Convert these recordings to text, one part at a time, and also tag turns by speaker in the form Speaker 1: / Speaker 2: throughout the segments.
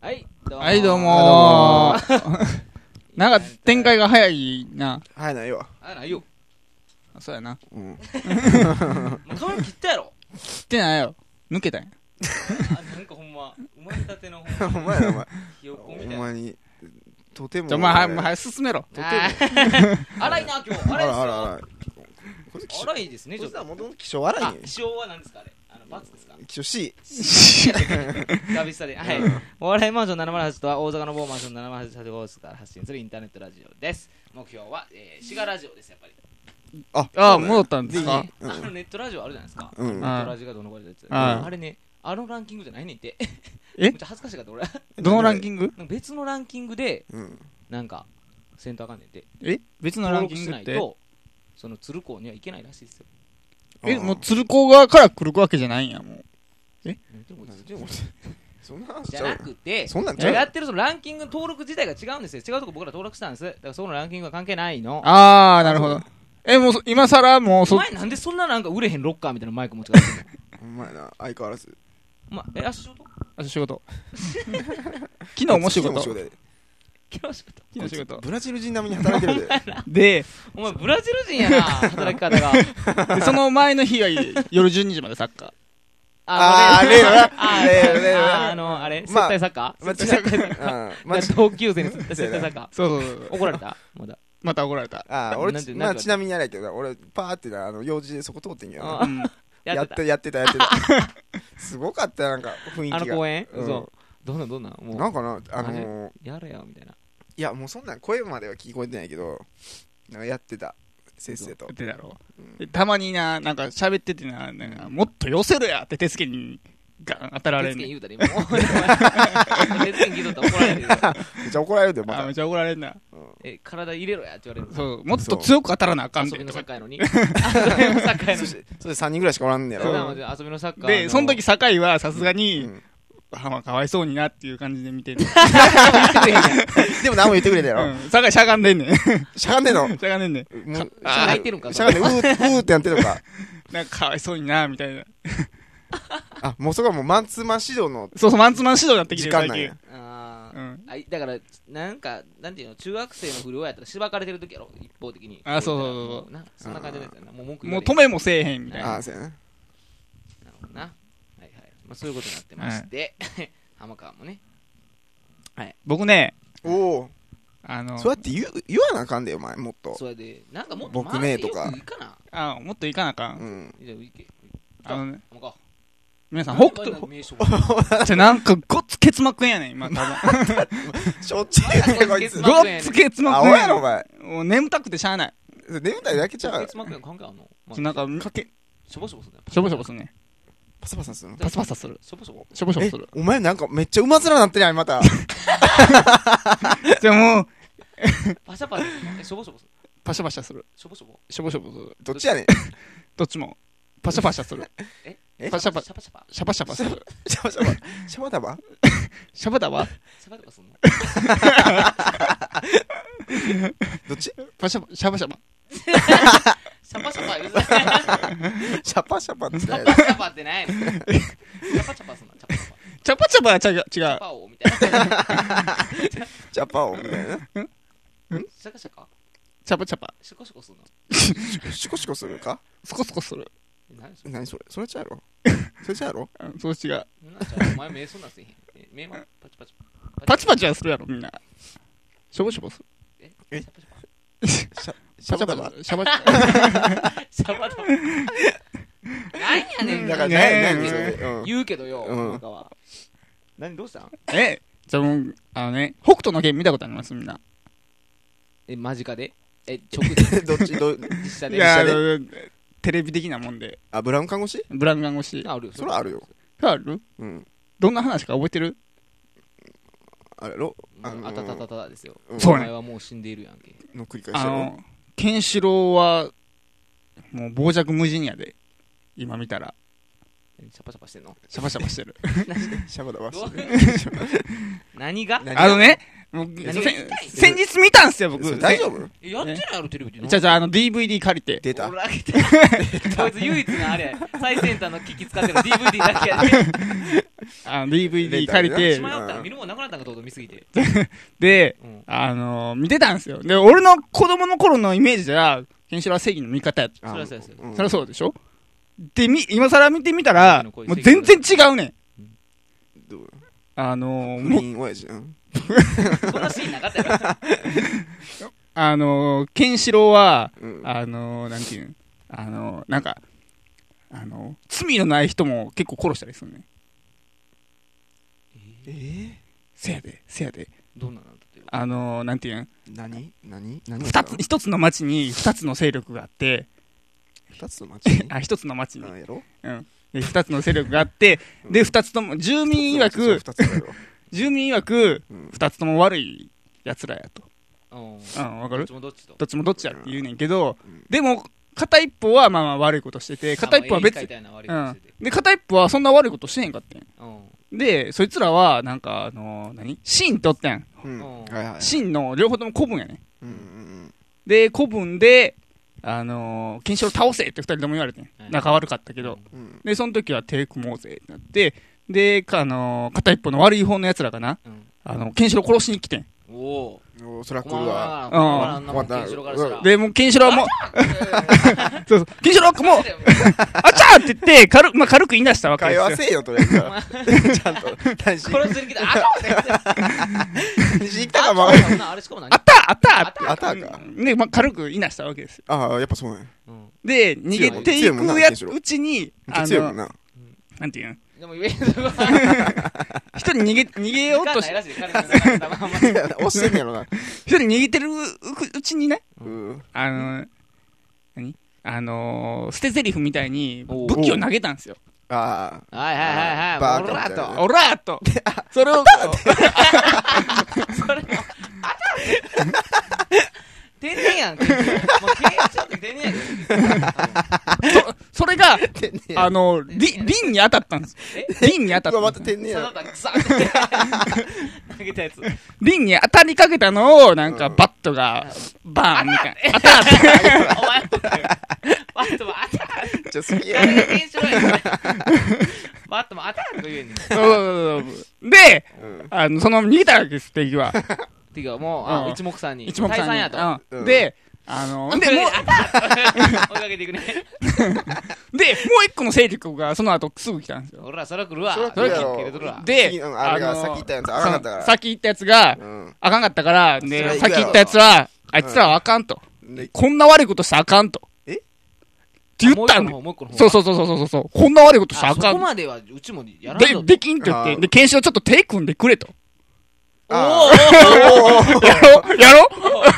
Speaker 1: はい、どうもー。なんか展開が早いな。
Speaker 2: はい、ないわ。
Speaker 3: あないよ。
Speaker 1: あそうやな。
Speaker 2: うん。
Speaker 3: もう髪切ったやろ。
Speaker 1: 切ってないよ。抜けたんや。
Speaker 3: あなんかほんま、生まれたてのほ
Speaker 2: ほ
Speaker 3: んま、
Speaker 2: んまやな、お前。
Speaker 3: ひよっこみたい
Speaker 2: ほん
Speaker 3: な。
Speaker 2: まに。とても。
Speaker 1: じゃあ、まあ、はまあ、早く進めろ。
Speaker 3: 荒いな、今日。
Speaker 2: あ
Speaker 3: 荒いです
Speaker 2: らあら
Speaker 3: よ
Speaker 2: あら。こいつ気象、こ
Speaker 3: 荒いですね、ちょ
Speaker 2: い
Speaker 3: っ
Speaker 2: つは
Speaker 3: と。
Speaker 2: もともと気象荒い
Speaker 3: あ
Speaker 2: ね、
Speaker 3: 気象は何ですかあれ。あの、バツですか
Speaker 2: 気象 C。
Speaker 3: ダビスタで。はい
Speaker 2: うん。
Speaker 3: お笑いマンション708とは大阪の某マンション708号室から発信するインターネットラジオです。目標は、えー、滋賀ラジオです、やっぱり。
Speaker 2: あ、
Speaker 1: ああ、戻ったんですか
Speaker 2: ぜひ
Speaker 3: あのネットラジオあるじゃないですか。
Speaker 2: う
Speaker 3: ネ
Speaker 2: ん。
Speaker 3: ットラジオがどのぐらいでやつ
Speaker 1: あ
Speaker 3: あれね、あのランキングじゃないねんて。
Speaker 1: え
Speaker 3: めっちゃ恥ずかしかった、俺。なんか
Speaker 1: どのランキング
Speaker 3: 別のランキングで、
Speaker 2: うん。
Speaker 3: なんか、せんとあかんねんて。
Speaker 1: え別の
Speaker 3: 登
Speaker 1: ラン
Speaker 3: 録
Speaker 1: キ
Speaker 3: し
Speaker 1: ング
Speaker 3: な
Speaker 1: っ
Speaker 3: い
Speaker 1: て。
Speaker 3: と、その鶴光にはいけないらしいですよ。
Speaker 1: え、もう
Speaker 2: あ
Speaker 1: 鶴光側から来るわけじゃないんや、もう。
Speaker 3: 何言ってんのこいつ
Speaker 2: ー。そんな話
Speaker 3: じ
Speaker 2: ち
Speaker 3: ゃ
Speaker 2: ゃ
Speaker 3: な
Speaker 2: う
Speaker 3: くて、
Speaker 2: そんなんちゃう
Speaker 3: やってるそのランキング登録自体が違うんですよ。違うとこ僕ら登録したんです。だからそこのランキングは関係ないの。
Speaker 1: あー、なるほど。え、もうそ、今さら、もう、
Speaker 3: お
Speaker 1: そ、
Speaker 3: 前なんでそんななんか売れへんロッカーみたいなマイク持ちがってんの
Speaker 2: ほんまやな、相変わらず。
Speaker 3: お前、え、あ、仕事
Speaker 1: あ仕事。 昨日面白いこと。
Speaker 2: 昨日も仕事やで
Speaker 3: 昨日仕事
Speaker 1: 昨日仕事。
Speaker 2: ブラジル人並みに働いてるで。
Speaker 1: で、
Speaker 3: お前ブラジル人 やな、働き方が。
Speaker 1: でその前の日が夜12時までサッカー。
Speaker 2: あー、あれよな。
Speaker 3: あ
Speaker 2: あれよな。
Speaker 3: あーあの、あれ接
Speaker 2: まあ
Speaker 3: 待サッカー
Speaker 2: 間違
Speaker 3: 接待サッカー
Speaker 2: うん。まあ、ち
Speaker 3: 同級生に接待サッカ
Speaker 1: そうそうそ う
Speaker 3: ー。怒られたまだ。
Speaker 1: また怒られた。
Speaker 2: あー、俺
Speaker 3: なんて
Speaker 2: ち、ま
Speaker 3: な
Speaker 2: あ、
Speaker 3: んて
Speaker 2: ちなみにやないけどな、俺、パーってな、あの、用事でそこ通ってんけどな。
Speaker 3: あ
Speaker 1: うん。
Speaker 3: や
Speaker 2: や
Speaker 3: っ
Speaker 2: って
Speaker 3: た
Speaker 2: た、。やってた、やってた。すごかったよ、なんか、雰囲気が。
Speaker 3: あの公園
Speaker 2: うん
Speaker 3: そう。どんなんどんなんも
Speaker 2: な
Speaker 3: うん
Speaker 2: かな、あのー、
Speaker 3: やれよ、みたいな。
Speaker 2: いや、もうそんなん声までは聞こえてないけど、なんかやってた、先生と
Speaker 1: っ。てだろでたまにな、なんか喋っててな、なんかもっと寄せろやって手つけにガン当たられ
Speaker 3: 別
Speaker 1: ん
Speaker 3: 件
Speaker 1: ねん。
Speaker 3: 言うたら今も う。別件聞いとったら怒られる よ。
Speaker 2: めっちゃ怒られるで、
Speaker 1: あ、
Speaker 2: ま
Speaker 1: め
Speaker 2: た。
Speaker 1: ちゃ怒られんな。
Speaker 3: え、体入れろやって言われる。
Speaker 1: そう、もっと強く当たらなあかん
Speaker 3: 遊
Speaker 1: で
Speaker 3: びの
Speaker 1: と
Speaker 3: サッ
Speaker 1: か。
Speaker 3: カーやのに。遊 びのサッカーやの
Speaker 2: そ
Speaker 3: に。
Speaker 2: し
Speaker 3: そ
Speaker 2: て、それ3人ぐらいしかおらんねや
Speaker 3: う
Speaker 2: ろ。
Speaker 3: なので遊びのサッカー
Speaker 1: で、その時、酒井はさすが
Speaker 2: う
Speaker 1: に、
Speaker 2: ん
Speaker 1: あまあ、かわいそうになっていう感じで見てる。
Speaker 2: でも何も言ってくれたや
Speaker 1: う
Speaker 2: ろ。
Speaker 1: ん。酒井しゃがんでんねん。 し
Speaker 2: しゃがんでんの。も
Speaker 1: ゃがんでんねん。
Speaker 2: うしゃ
Speaker 1: あ
Speaker 2: が
Speaker 3: 泣いてるんか
Speaker 2: しゃがんで、うー、 うーってやってるとか。
Speaker 1: なんかかわいそうにな、みたいな。
Speaker 2: あ、もうそこはもうマンツーマン指導の
Speaker 1: そうそう、マンツーマン指導になってきて
Speaker 2: 時
Speaker 1: る、最
Speaker 2: 間なん
Speaker 1: 近
Speaker 2: や。。
Speaker 3: あ
Speaker 1: う
Speaker 3: ー
Speaker 1: ん。
Speaker 3: あいだから、なんか、なんていうの、中学生の不良やったら、しばかれてる時やろ、一方的に。
Speaker 1: あそうそうそうそう
Speaker 3: な、そんな感じのやつやな。もう文句言
Speaker 1: もう
Speaker 3: われ
Speaker 1: 止めもせえへん、みたい
Speaker 3: うん
Speaker 1: な。
Speaker 2: あー、そうやな。
Speaker 3: へんなるほどな。はいはい。まあ、そういうことになってまして、 浜川もね。
Speaker 1: 僕ね、
Speaker 2: おお。
Speaker 1: あの、
Speaker 2: そうやって言う、言わなあかんで、お前、もっと。
Speaker 3: それで、なんかもっと、
Speaker 2: 僕ねとか
Speaker 3: 周りよくいいかな。
Speaker 1: あもっといかなあか。
Speaker 2: うんん。
Speaker 3: じゃあ、いけ。
Speaker 1: あのね、
Speaker 3: 浜川。
Speaker 1: 皆さん、北
Speaker 3: なんで
Speaker 1: 斗
Speaker 3: お前、の名称
Speaker 1: じゃ、なんか、ごっつ結膜炎やねん、今、多分。
Speaker 2: しょっちゅうやねこい つ
Speaker 3: 結。
Speaker 1: ご
Speaker 3: 膜炎
Speaker 1: っつ結膜
Speaker 2: 青
Speaker 1: 炎
Speaker 2: やろ、お前。
Speaker 1: もう眠たくてしゃあない。
Speaker 2: 眠たいだけちゃう
Speaker 3: 結。膜炎関係あんのまあ
Speaker 1: なんか、かけ、
Speaker 3: しょぼしょぼするね。
Speaker 1: しょぼしょぼすんね。
Speaker 2: パサパサするの
Speaker 1: パサパサする。
Speaker 3: しょぼしょぼ。
Speaker 1: しょぼしょぼ
Speaker 2: え
Speaker 1: する。、
Speaker 2: お前なんかめっちゃうま面なってるやん、また。
Speaker 1: じゃあもう、
Speaker 3: パシャパシャするの。え、しょぼしょぼする。
Speaker 1: パシャパシャする。
Speaker 3: しょぼしょぼ。
Speaker 1: しょぼしょぼする。
Speaker 2: どっちやねん。
Speaker 1: どっちも。パシャパシャする。
Speaker 2: え
Speaker 1: パシャパ
Speaker 3: シャパシャパ。
Speaker 1: シャパシャパする。
Speaker 2: シャバシャバ。シャバダバ
Speaker 1: シャバダバ
Speaker 3: シャパシャパするの。
Speaker 2: どっち
Speaker 1: パシャパ、シャバシャバ。
Speaker 3: シャパシャパ言うて た。
Speaker 2: シャパシャパって
Speaker 3: チ
Speaker 2: 誰
Speaker 3: ャ
Speaker 2: だ
Speaker 3: パ チャパってないのチャパチャパすんな、チャパチャパ。
Speaker 1: チャパチャパはちゃう違
Speaker 3: チャ
Speaker 1: う。
Speaker 3: パオみたいな。
Speaker 2: ジャパオみたいな。
Speaker 3: シャカシャカ
Speaker 1: チャパチャパ。
Speaker 3: シコシコすんの
Speaker 2: シコシコするか
Speaker 1: スコスコする。
Speaker 3: 何それ
Speaker 2: 何それそれちゃうやろそれちゃうやろ
Speaker 1: うん、そう違う。
Speaker 3: なんちゃうお前目そんなんせえへん。え目はパチパチ。
Speaker 1: パチパチはするやろ、みんな。しょぼしょぼする。
Speaker 3: えシャパシャパ
Speaker 2: シ
Speaker 1: シ
Speaker 2: ャ
Speaker 1: ャ
Speaker 2: バ
Speaker 1: バ
Speaker 2: ダ
Speaker 1: ダ
Speaker 2: バ
Speaker 1: バ。シャバチャパ。
Speaker 3: シャパシャパ。なんやねん。
Speaker 2: だから
Speaker 1: ねえ
Speaker 2: 何何それうん
Speaker 3: 言うけどよ、
Speaker 2: うん
Speaker 3: なんかは。何どうしたん
Speaker 1: えじゃあもう、あのね、北斗の剣見たことあります、みんな。
Speaker 3: え、間近でえ、直で
Speaker 2: どっちど
Speaker 3: 実写
Speaker 1: い
Speaker 3: で
Speaker 1: や、あ
Speaker 2: 一
Speaker 1: のテレビ的なもんで。
Speaker 2: あブラウン看護師
Speaker 1: ブラウン看護師。
Speaker 3: あるよ。
Speaker 2: それはあるよ。
Speaker 1: ある
Speaker 2: うん
Speaker 1: どんな話か覚えてる
Speaker 2: あれろ
Speaker 3: あ
Speaker 2: あのー
Speaker 3: たたたたたですよ。
Speaker 2: うん
Speaker 1: そう
Speaker 3: お
Speaker 1: ね
Speaker 3: 前はもう死んでいるやんけ。
Speaker 2: の繰り返し
Speaker 1: あ
Speaker 2: だろ
Speaker 1: の、ケンシロウは、もう傍若無人やで。今見たら、
Speaker 3: えシャパシャパしてんの
Speaker 1: シャバシャバしてる。
Speaker 2: シャバダバ
Speaker 3: どう
Speaker 2: してる
Speaker 3: 何が
Speaker 2: 何
Speaker 1: あのね、僕
Speaker 3: 何が
Speaker 1: せ
Speaker 3: 言いたいん
Speaker 1: ん先日見たんすよ、
Speaker 2: それ
Speaker 1: 僕。
Speaker 2: 大丈夫
Speaker 3: えやってないやろ、テレビで。
Speaker 1: じゃあじゃあ、あの、DVD 借りて。
Speaker 2: 出た
Speaker 3: 俺あげてこいつ唯一のあれ最先端の機器使ってる DVD だけやで
Speaker 1: あの DVD
Speaker 2: レンタルな
Speaker 1: 借りて
Speaker 3: し、まよったら見るもんなくなったんかとうとう見すぎて
Speaker 1: で、
Speaker 3: うん
Speaker 1: あのー、見てたんすよ。で、俺の子供の頃のイメージじゃ、ケンシロウは正義の味方やった。
Speaker 2: あ
Speaker 3: そりゃそうですよ
Speaker 2: ん
Speaker 1: そりゃそうでしょで、み、今更見てみたら、もう全然違うねん。
Speaker 2: どう
Speaker 1: あのー、
Speaker 2: 不
Speaker 1: もう、
Speaker 2: 倫親父うん
Speaker 3: このシーンなかったよ
Speaker 1: あのー、ケンシロウは、
Speaker 2: うん
Speaker 1: あのー、なんていうん、あのー、なんか、あのー、罪のない人も結構殺したりするねん。
Speaker 2: えー
Speaker 1: せやで、せやで。
Speaker 3: どんなの例えば
Speaker 1: あのー、なんていうん、
Speaker 2: 何何何
Speaker 1: 二つ、一つの町に二つの勢力があって、
Speaker 2: 二つの町
Speaker 1: あ、一つの町に
Speaker 2: な、んやろ
Speaker 1: で二つの勢力があって、で、二つとも、住民曰く、
Speaker 2: 二つの町は二つだよ
Speaker 1: 住民曰く、
Speaker 2: うん
Speaker 1: 二つとも悪い奴らやと。
Speaker 3: うん
Speaker 1: うん、わ
Speaker 3: ど
Speaker 1: か
Speaker 3: っ
Speaker 1: る
Speaker 3: ちもどっちと
Speaker 1: どっちもどっちやって言うねんけど
Speaker 2: うん、
Speaker 1: でも、片一方はまあまあ悪いことしてて、片一方は別
Speaker 3: あ
Speaker 1: に、
Speaker 3: まあ絵に
Speaker 1: う
Speaker 3: 描い
Speaker 1: ん
Speaker 3: たよう。
Speaker 1: で、片一方はそんな悪いことしてへんかってん。
Speaker 3: な悪い
Speaker 1: で、そいつらは、なんか、あのー、何シンとってん。
Speaker 2: うん
Speaker 3: うん
Speaker 2: はいはい
Speaker 1: シンの両方とも古文やねん。
Speaker 2: うんうん
Speaker 1: で、古文で、あのー、金賞倒せって二人とも言われてん
Speaker 3: はい。
Speaker 1: 仲悪かったけど。
Speaker 2: うんうん
Speaker 1: で、その時は手組もうぜってなって、で、かあのー、片一方の悪い方の奴らかな、
Speaker 3: うんうん
Speaker 1: あの、ケンシロウ殺しに来てん。
Speaker 3: おお
Speaker 2: おそらく
Speaker 3: 困
Speaker 2: る
Speaker 3: るな
Speaker 1: う
Speaker 2: わ
Speaker 1: ん
Speaker 3: 困らんなもんケンシロウからしたら
Speaker 1: で、もうケンシロウはもう、 そうそう、ケンシロウはもう、あちゃーって言って、軽く、まあ、軽く言い出したわけで
Speaker 2: 会
Speaker 1: すよ
Speaker 2: 話。せえよとりあえずは ちゃんと何し
Speaker 3: 殺しに来たあか
Speaker 2: 何しに来たか
Speaker 3: も
Speaker 2: も
Speaker 3: あれしかも何
Speaker 1: あったあったって
Speaker 2: あったか
Speaker 1: うんで、まあ、軽く言い出したわけですよ。
Speaker 2: ああやっぱそうね
Speaker 3: うん
Speaker 1: で、逃げてい
Speaker 2: 強いもんな
Speaker 1: くや
Speaker 2: ケンシロウ
Speaker 1: うちに、あ
Speaker 2: 強いもん
Speaker 1: の、
Speaker 2: な
Speaker 1: なんていうん、
Speaker 3: でも言えない
Speaker 1: 一人逃げ、逃げようと
Speaker 3: と
Speaker 1: し、
Speaker 3: してらしい彼の 中の頭
Speaker 2: 押してんねやろな
Speaker 1: 一人逃げてるうちにね、
Speaker 2: うん
Speaker 1: あの、何あのー、捨て台詞みたいに武器を投げたんですよ。
Speaker 2: あ
Speaker 3: はいはいはいはい
Speaker 2: バ
Speaker 3: ボ
Speaker 2: カみた
Speaker 3: ラ
Speaker 2: いな
Speaker 3: と
Speaker 1: オラーと。それを、
Speaker 3: 天然やん。もう、ケンシロウって天然や
Speaker 1: それが、
Speaker 2: あ天然や
Speaker 1: あの、り瓶に当たったんです
Speaker 3: え。
Speaker 1: 瓶に当た
Speaker 2: うわ
Speaker 1: ったん
Speaker 2: ま
Speaker 1: で
Speaker 2: た
Speaker 1: す。
Speaker 2: 天然
Speaker 3: で。
Speaker 2: や
Speaker 3: その
Speaker 2: ろ
Speaker 3: 他、グサッて投げたやつ。
Speaker 1: 瓶に当たりかけたのを、なんか、バットが、バーンみたいな。当たって、
Speaker 3: お前、バットも当たる。
Speaker 2: じゃあ好き や
Speaker 3: 誰がケンシロウやねん。バットも当たるとか言えんねん。
Speaker 1: そうそうそうそうで、
Speaker 2: うん
Speaker 1: あの、その、逃げたわけです、敵は。
Speaker 3: ていうか、もう、
Speaker 1: う
Speaker 3: あ
Speaker 1: ん
Speaker 3: 一目散に。
Speaker 1: 一目
Speaker 3: 退散
Speaker 1: 散
Speaker 3: やと。
Speaker 1: に。う
Speaker 2: うんん
Speaker 1: で、あの、で、
Speaker 3: で、
Speaker 1: も
Speaker 3: もう、追いかけていくね。
Speaker 1: う、で、もう一個の勢力が、その後、すぐ来たんですよ。
Speaker 3: 俺ら、そら来るわ。
Speaker 2: そら来
Speaker 1: るや
Speaker 2: ろ
Speaker 3: 蹴れてくるわ。
Speaker 1: で
Speaker 2: 次、のあれが
Speaker 1: の
Speaker 2: さっき言ったやつあかんかったから
Speaker 1: そのさっき言ったやつが、
Speaker 2: うん
Speaker 1: あかんかったから、
Speaker 2: それは
Speaker 1: で、
Speaker 2: いい
Speaker 1: さ
Speaker 2: だ
Speaker 1: っ
Speaker 2: ろ
Speaker 1: き言ったやつは、あいつらはあかんと。
Speaker 2: で
Speaker 1: こんな悪いことしたらあかんと。
Speaker 2: え
Speaker 1: って言った
Speaker 3: も
Speaker 1: の。
Speaker 3: う一個の方もう一個の方
Speaker 1: そうそうそうそうそうそう。こんな悪いことしたら
Speaker 3: あ
Speaker 1: あか
Speaker 3: そこ
Speaker 1: ん。
Speaker 3: までは、うちもやらん
Speaker 1: で、
Speaker 3: ぞ。
Speaker 1: できんって言っ
Speaker 2: あ
Speaker 1: て、
Speaker 2: ー
Speaker 1: で、検証ちょっと手組んでくれと。
Speaker 3: お
Speaker 2: あ
Speaker 1: やろやろ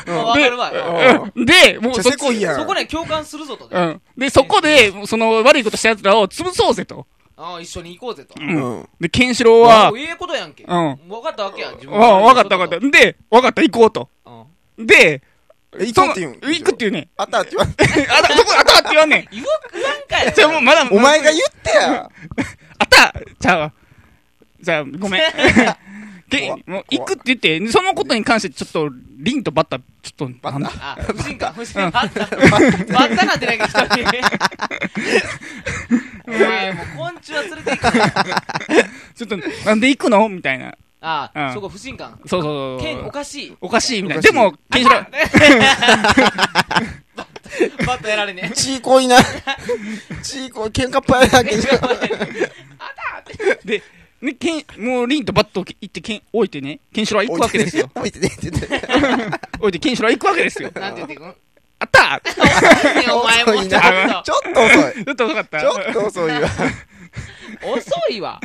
Speaker 3: ーわかるわ。
Speaker 2: あ
Speaker 1: うんで、もう
Speaker 2: じゃあ
Speaker 1: そっ
Speaker 2: せこいや
Speaker 3: そこ
Speaker 2: ん
Speaker 3: ね、共感するぞと。
Speaker 1: うん。で、そこで、その悪いことした奴らを潰そうぜと。
Speaker 3: ああ、一緒に行こうぜと。
Speaker 1: う。
Speaker 2: うんん
Speaker 1: で、ケンシロウ
Speaker 3: あ
Speaker 1: は
Speaker 3: あ、、ええことやんけ。
Speaker 1: うん
Speaker 3: 分かったわけやん、自
Speaker 1: うん、わかったわかった。で、わかった、行こうと。
Speaker 3: た。うん
Speaker 1: で、
Speaker 2: え行こうって言
Speaker 1: その
Speaker 2: うん
Speaker 1: 行くって言うねん。
Speaker 2: あったって言わん
Speaker 1: あた、そこ、あたって言わんねん。
Speaker 3: 言わんかい
Speaker 1: じゃあもうまだ、
Speaker 2: お前が言ってや
Speaker 1: あったちゃうわ。じゃあ、ごめん。け
Speaker 2: 怖っ
Speaker 1: もう行くって言って、そのことに関してちょっと、リンとバッタ、ちょっと、なんだ
Speaker 3: あ、不審か、不審か。バッタ、バッタなんてないけど、一人。お前、もう昆虫は連れて行くな。
Speaker 1: ちょっと、なんで行くのみたいな。
Speaker 3: あ
Speaker 1: う
Speaker 3: あ、
Speaker 1: ん
Speaker 3: そこ不審感。
Speaker 1: そうそうそう
Speaker 3: 剣
Speaker 1: そ
Speaker 3: お
Speaker 1: う。
Speaker 3: かしい。
Speaker 1: おかしい、みたいな。
Speaker 2: おか
Speaker 1: でも、ケン
Speaker 2: しい
Speaker 1: シロウ、
Speaker 3: バッタやられねえ。
Speaker 2: ちいこいなちいこい喧嘩っぱいなけど
Speaker 1: ね、剣、もうリンとバットを行って、剣、置いてね、ケンシロウは行くわけですよ。
Speaker 2: 置いてね置いてねって言って
Speaker 1: 置いて、ケンシロウは行くわけですよ。
Speaker 3: なんて言ってくん
Speaker 1: あった
Speaker 3: お前もうちょっ
Speaker 2: ちょっと遅い
Speaker 1: ちょっと遅かった
Speaker 2: ち。ょっと遅いわ
Speaker 3: と。遅いわ。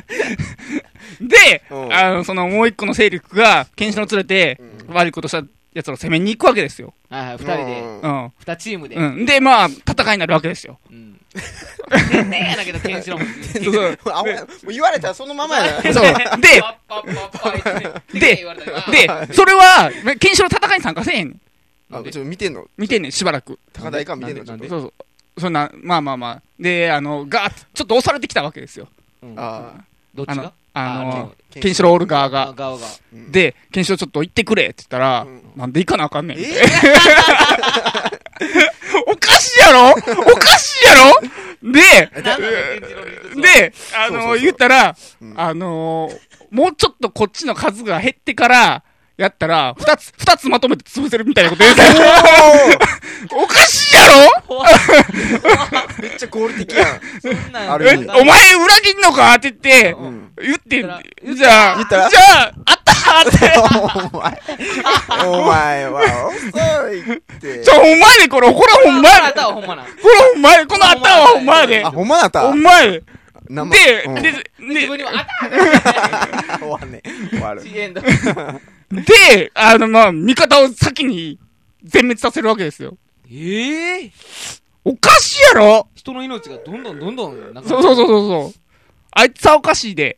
Speaker 1: で
Speaker 2: う、ん
Speaker 1: あの、そのもう一個の勢力が、ケンシロウを連れて、悪いことした奴らを攻めに行くわけですよ。
Speaker 3: はいはい、二人で、
Speaker 1: う
Speaker 2: で
Speaker 1: ん。
Speaker 3: 二チームで。
Speaker 1: うん。で、まあ、戦いになるわけです よ。
Speaker 3: うん。全然やなけど、ケンシロウも。
Speaker 1: そうそう。
Speaker 2: もう言われたらそのままやな
Speaker 1: そう。で、
Speaker 3: パッパッパッパッ言ってね
Speaker 1: で
Speaker 3: 言われたら
Speaker 1: で、それは、ケンシロウ戦いに参加せえへんねん。
Speaker 2: あちょっと見てんの
Speaker 1: 見てんねん、しばらく。
Speaker 2: 高台か見てんのち
Speaker 3: な
Speaker 2: ょ
Speaker 3: ん
Speaker 2: っ
Speaker 3: で
Speaker 2: と
Speaker 1: そうそう。そんな、まあまあまあ。で、あの、ガーッと、ちょっと押されてきたわけですよ。
Speaker 3: うん
Speaker 2: あ
Speaker 3: どっち
Speaker 1: あ
Speaker 3: が
Speaker 1: のあ
Speaker 3: あ
Speaker 1: の
Speaker 3: の、
Speaker 1: ケンシロウおる側が。
Speaker 3: ガオガオ。
Speaker 2: うん
Speaker 1: で、ケンシロウちょっと行ってくれって言ったら
Speaker 2: うん、
Speaker 1: なんで行かなあかんねん。
Speaker 2: えー
Speaker 1: おかしいやろおかしいやろ
Speaker 3: な
Speaker 1: で、
Speaker 3: んだねケンシロウの理屈は、
Speaker 1: で、あ
Speaker 2: そうそう
Speaker 1: の
Speaker 2: そう
Speaker 1: 言ったら、
Speaker 2: うん
Speaker 1: あのもうちょっとこっちの数が減ってから、やったら、二つ、二つまとめて潰せるみたいなこと言うて おかしいや
Speaker 3: 怖い
Speaker 2: めっちゃ合理的やん。
Speaker 3: そんなん
Speaker 2: あ
Speaker 1: ろ
Speaker 2: る
Speaker 1: え
Speaker 2: 意味
Speaker 1: お前裏切んのかって言って
Speaker 2: う、ん
Speaker 1: 言って、
Speaker 3: 言ったら
Speaker 1: じゃあ、
Speaker 2: 言っ
Speaker 1: じ
Speaker 2: た
Speaker 1: ゃ
Speaker 2: ら
Speaker 1: あ、あったーって。
Speaker 2: お前、お前は遅いって
Speaker 1: ち。ょ、ほんまやで、これ、これほんまやで。
Speaker 3: だほんまな。
Speaker 1: これほんまやで、このあったはほんまやで
Speaker 2: あ、。ほんまだった
Speaker 1: ほんまやで。
Speaker 2: 生うん
Speaker 1: で、で、
Speaker 3: 自
Speaker 1: で
Speaker 3: 分にもあった
Speaker 2: 終わんね。終わる。
Speaker 3: チエンド。
Speaker 1: で、あの、まあ、味方を先に全滅させるわけですよ。
Speaker 3: ええ
Speaker 1: おかしいやろ
Speaker 3: 人の命がどんどんどんどん、なんか
Speaker 1: そうそうそうそうそう。あいつはおかしいで。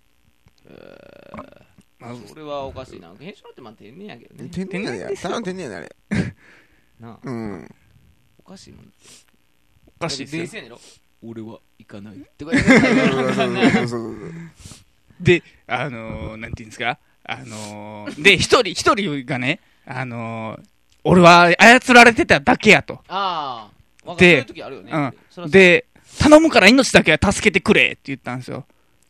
Speaker 3: それはおかしいな。ケンシロウってまあ天然やけどね。
Speaker 2: 天然やでや。ただの天然やであれ。
Speaker 3: なあ
Speaker 2: うん。
Speaker 3: おかしいもん。
Speaker 1: おかしいで
Speaker 3: 冷静
Speaker 1: すよ。
Speaker 3: やねんろ。俺は行かない。とか
Speaker 2: そうそうそうそう
Speaker 1: で、あのー、なんていうんですかあのー、で、一人、一人がね、あのー、俺は操られてただけやと。
Speaker 3: ああ。わかる。そう
Speaker 1: で
Speaker 3: いう時あるよね。
Speaker 1: うん
Speaker 3: そらそう、
Speaker 1: で、頼むから命だけは助けてくれって言ったんですよ。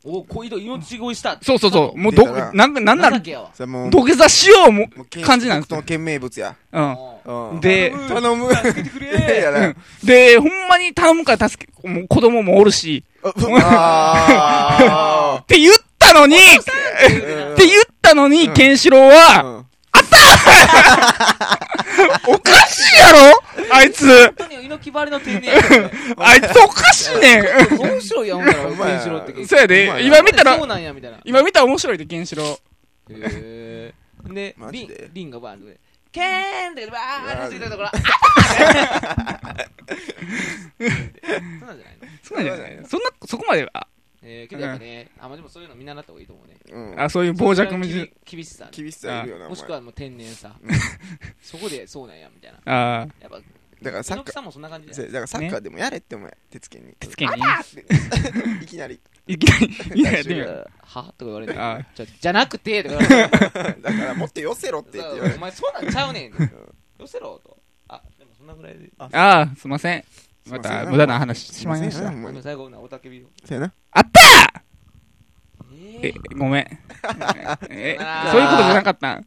Speaker 3: おこういう命乞いした。
Speaker 1: そうそうそう。もうど、
Speaker 2: 出たな
Speaker 1: なんか、なんなら
Speaker 3: 情、けやわ。
Speaker 2: それもう、
Speaker 1: 土下座しようも
Speaker 2: もう、
Speaker 1: 感じなんです
Speaker 2: 僕の
Speaker 1: よ。
Speaker 2: 県名物や。
Speaker 1: うん。
Speaker 3: もう
Speaker 2: うん
Speaker 1: で
Speaker 2: 頼む。
Speaker 3: 助けてくれ
Speaker 2: いやな。
Speaker 1: で、ほんまに頼むから助け、もう子供もおるし、
Speaker 2: ああ
Speaker 1: って言ったのに、っ
Speaker 3: って言うてな
Speaker 1: て言ったのに、
Speaker 2: うん
Speaker 1: ケンシロウは、
Speaker 2: ー。うん
Speaker 1: おかしいやろあいつ、
Speaker 3: 本当に猪木ばりの天然やけどね。
Speaker 1: あいつおかしいね
Speaker 3: 面白いやん、ほんなら、
Speaker 2: お前
Speaker 3: ケンシロウって
Speaker 1: ん。そうや
Speaker 2: お前
Speaker 1: で、
Speaker 2: ら
Speaker 1: 今見た
Speaker 3: そう
Speaker 1: ら、
Speaker 3: なんや、みたいな。
Speaker 1: 今見たら面白いで、ケンシロウ。
Speaker 3: へーで、
Speaker 2: マ
Speaker 3: リ
Speaker 2: ジ
Speaker 3: ン
Speaker 2: で、
Speaker 3: リンがバーンって、ケーンってバーンってついた ところ、あ ったそんなんじゃないの
Speaker 1: そうなんじゃないそんな、そこまでは、
Speaker 3: えー、けどやっぱね、あ、まあでもそういうの見習った方がいいと思うね。
Speaker 2: うん
Speaker 1: あ、そういう傍
Speaker 3: そ
Speaker 1: 若
Speaker 3: れ
Speaker 1: 無
Speaker 3: は
Speaker 1: 人。
Speaker 3: きび厳しさ。
Speaker 2: 厳しさいるよな、お
Speaker 3: もしく
Speaker 2: 前。
Speaker 3: はもう天然さ。そこでそうなんや、みたいな。
Speaker 1: ああ、
Speaker 3: やっぱ、
Speaker 2: だからサ
Speaker 3: 猪
Speaker 2: ッカ
Speaker 3: 木さんもそんな感じ
Speaker 2: ー、
Speaker 3: だ
Speaker 2: せ
Speaker 3: よ。
Speaker 2: だからサッカーでもやれって、お前。手つけに。
Speaker 1: 手つけに、
Speaker 2: いきなり。
Speaker 1: いきなり、いきなりやってみよう。
Speaker 3: はとか言われて
Speaker 1: あ
Speaker 3: ちょじゃなくてとか言われて
Speaker 2: だから もっと寄せろって言って言われ
Speaker 3: お
Speaker 2: て。
Speaker 3: 前そうなんちゃうねん寄せろとあでもそんなぐらいで
Speaker 1: ああ、すいません。ます
Speaker 2: いま
Speaker 1: た
Speaker 2: せん
Speaker 1: 無駄な話しまいまし
Speaker 2: す
Speaker 1: た
Speaker 2: せん。なほん
Speaker 3: で
Speaker 2: に
Speaker 3: も最後なおたけびを
Speaker 2: そうやな。
Speaker 1: あった
Speaker 3: え
Speaker 1: え、ごめん。え、
Speaker 3: あー
Speaker 1: そういうことじゃなかったん